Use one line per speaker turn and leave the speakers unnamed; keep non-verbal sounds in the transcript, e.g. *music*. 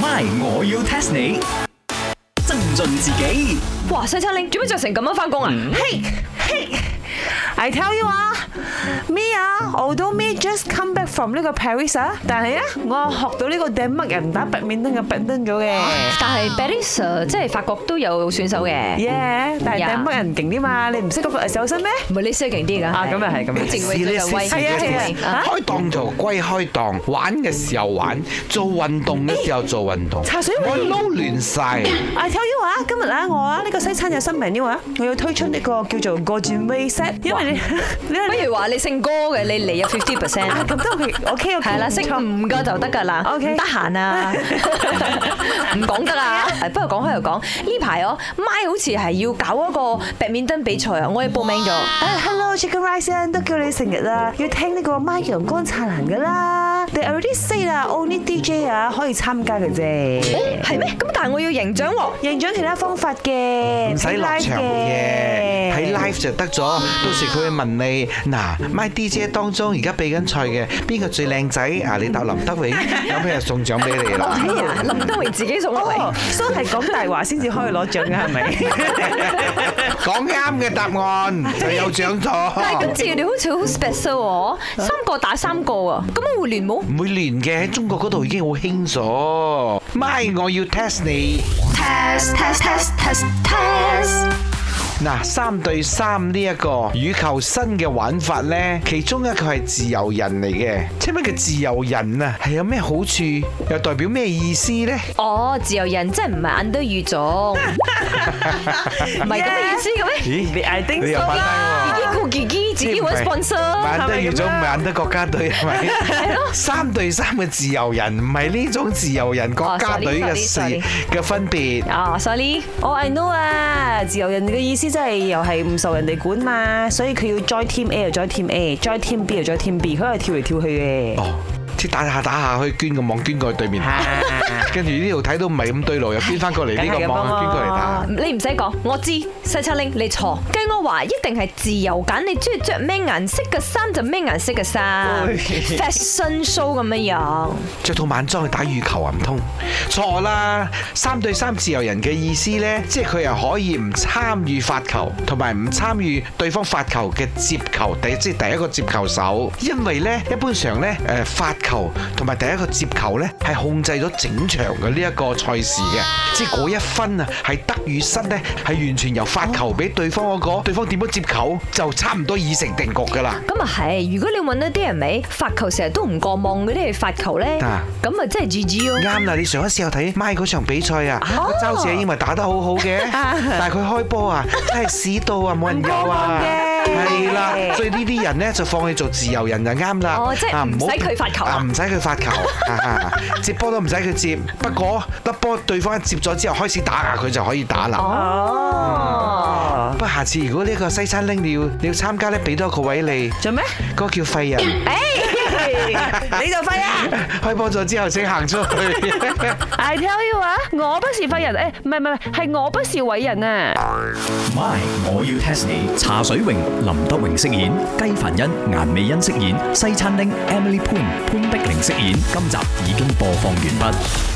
My，我要 test 你。增進自己
哇，西餐你做咩着成咁樣翻工啊？
Hey, hey, I tell you 啊，me 啊，although me just come back from 呢個 Paris 啊，但係咧我學到呢個 Denmark 人打白面燈嘅白燈咗嘅
但係 Paris 呃即係法國都有選手
啊
嘅，
，yeah，但係
Yeah
Denmark 人勁啲嘛，你唔識嗰個手身咩？
唔係你識勁啲㗎。
啊，咁又係
*laughs*
咁又係
正位就威，
係啊係啊
啊
開檔就歸開檔，玩嘅時候玩，做運動嘅時候做運動。
茶水
我
榮
撈亂晒，
I tell you 啊，今日啊我啊呢個西餐有新 menu 啊，我要推出呢個叫做個轉 way set，因為你因為
不如話你姓歌嘅，你嚟有 fifty
你
percent
啊。咁都 OK，OK
*laughs* 係啦，識五個就得㗎啦
OK
唔得閒啊， *laughs* 唔講得啊。不過講開又講，呢排我咪好似係要搞一個白面燈比賽啊，我哋報名咗。
啊，Hello Chicken Rice 啊都叫你成日啊，要聽呢個 My 陽光燦爛噶啦。They already say 啦，Only DJ 啊可以參加嘅啫。
哦係咩？咁但係我要贏獎喎。
贏獎其他方法嘅，
唔使落場嘅，睇 live 就得咗。到時佢會問你嗱，my DJ 當中而家比緊賽嘅邊個最靚仔啊？你答林德榮，
*laughs*
咁佢就送獎俾你啦。
哎呀，林德榮自己送落嚟
啊哦。，所以係講大話先至可以攞獎嘅係
*laughs*
咪？ *laughs*
講啱嘅答案就有獎
*laughs*
但係今
咗。
次你好似好
啊
special 喎，三個打三個啊，咁樣會亂冇？
唔會亂嘅，喺中國嗰度已經好興咗。my 我要 test 你。
test test test test test
嗱，三對三呢一個羽球新嘅玩法呢，其中一個係自由人嚟嘅。即係咩叫自由人啊？係有咩好處？又代表咩意思呢？
哦，自由人真係唔係 under 預
*laughs*
種，唔係咁嘅意思嘅咩？
咦
I think
你又
so
翻
自己
低喎？
顧自己，自己揾 sponsor，
玩得
係咪
預咗唔
咁
係
啊
玩得國家隊係咪？三對三嘅自由人，唔係呢種自由人國家隊嘅事
sorry，sorry，
嘅分別。
啊，sorry，
我 I know 啊，自由人嘅意思即係又係唔受人哋管嘛，所以佢要 join team A 又 join team A，join team B 又 join team B，佢係跳嚟跳去嘅。
哦，即係打下打下去捐個網捐過去對面，跟住呢度睇到唔係咁對路，又捐翻過嚟呢
梗係
個
咁
網，
啊
捐過嚟打。
你唔使講，我知細七玲你錯，計我話一定係自由揀，你中意着咩顏色嘅衫就咩顏色嘅衫，fashion show 咁樣樣。
着套晚裝去打羽球啊，唔通錯啦！三對三自由人嘅意思呢，即係佢又可以唔參與發球，同埋唔參與對方發球嘅接球，第即係第一個接球手。因為呢，一般上呢，誒發球同埋第一個接球呢，係控制咗整場嘅呢一個賽事嘅，即係嗰一分啊，係得與失呢，係完全由發球俾對方嗰、個，對方點樣接球就差唔多已成定局㗎啦。
咁啊係，如果你揾一啲人咪發球成日都唔過網嗰啲去發球咧，
啊
咁啊真係 G G 咯。
啱啦！你上一次有睇 My 嗰場比賽啊，
哦
周謝英咪打得好好
*laughs*
嘅，但係佢開波啊，真係屎到啊，冇人有啊，係啦，所以呢啲人咧就放棄做自由人就啱啦。
哦即係
啊
唔
好
使佢發球啊
啊唔使佢發
*laughs*
球，啊接波都唔使佢接。不過得波對方一接咗之後開始打啊，佢就可以打啦。
哦，
不過下次如果呢個西餐拎你要你要參加咧，俾多個位你，
做咩？
嗰個叫廢人，
你就廢啊！
*laughs* 開波咗之後先行出去。
I tell you 啊，我不是廢人，誒，唔係唔係，係我不是偉人啊。
，My，我要 test 你。茶水榮、林德榮飾演，雞凡欣、顏美欣飾演，西餐廳 Emily Poon 潘碧玲飾演。今集已經播放完畢。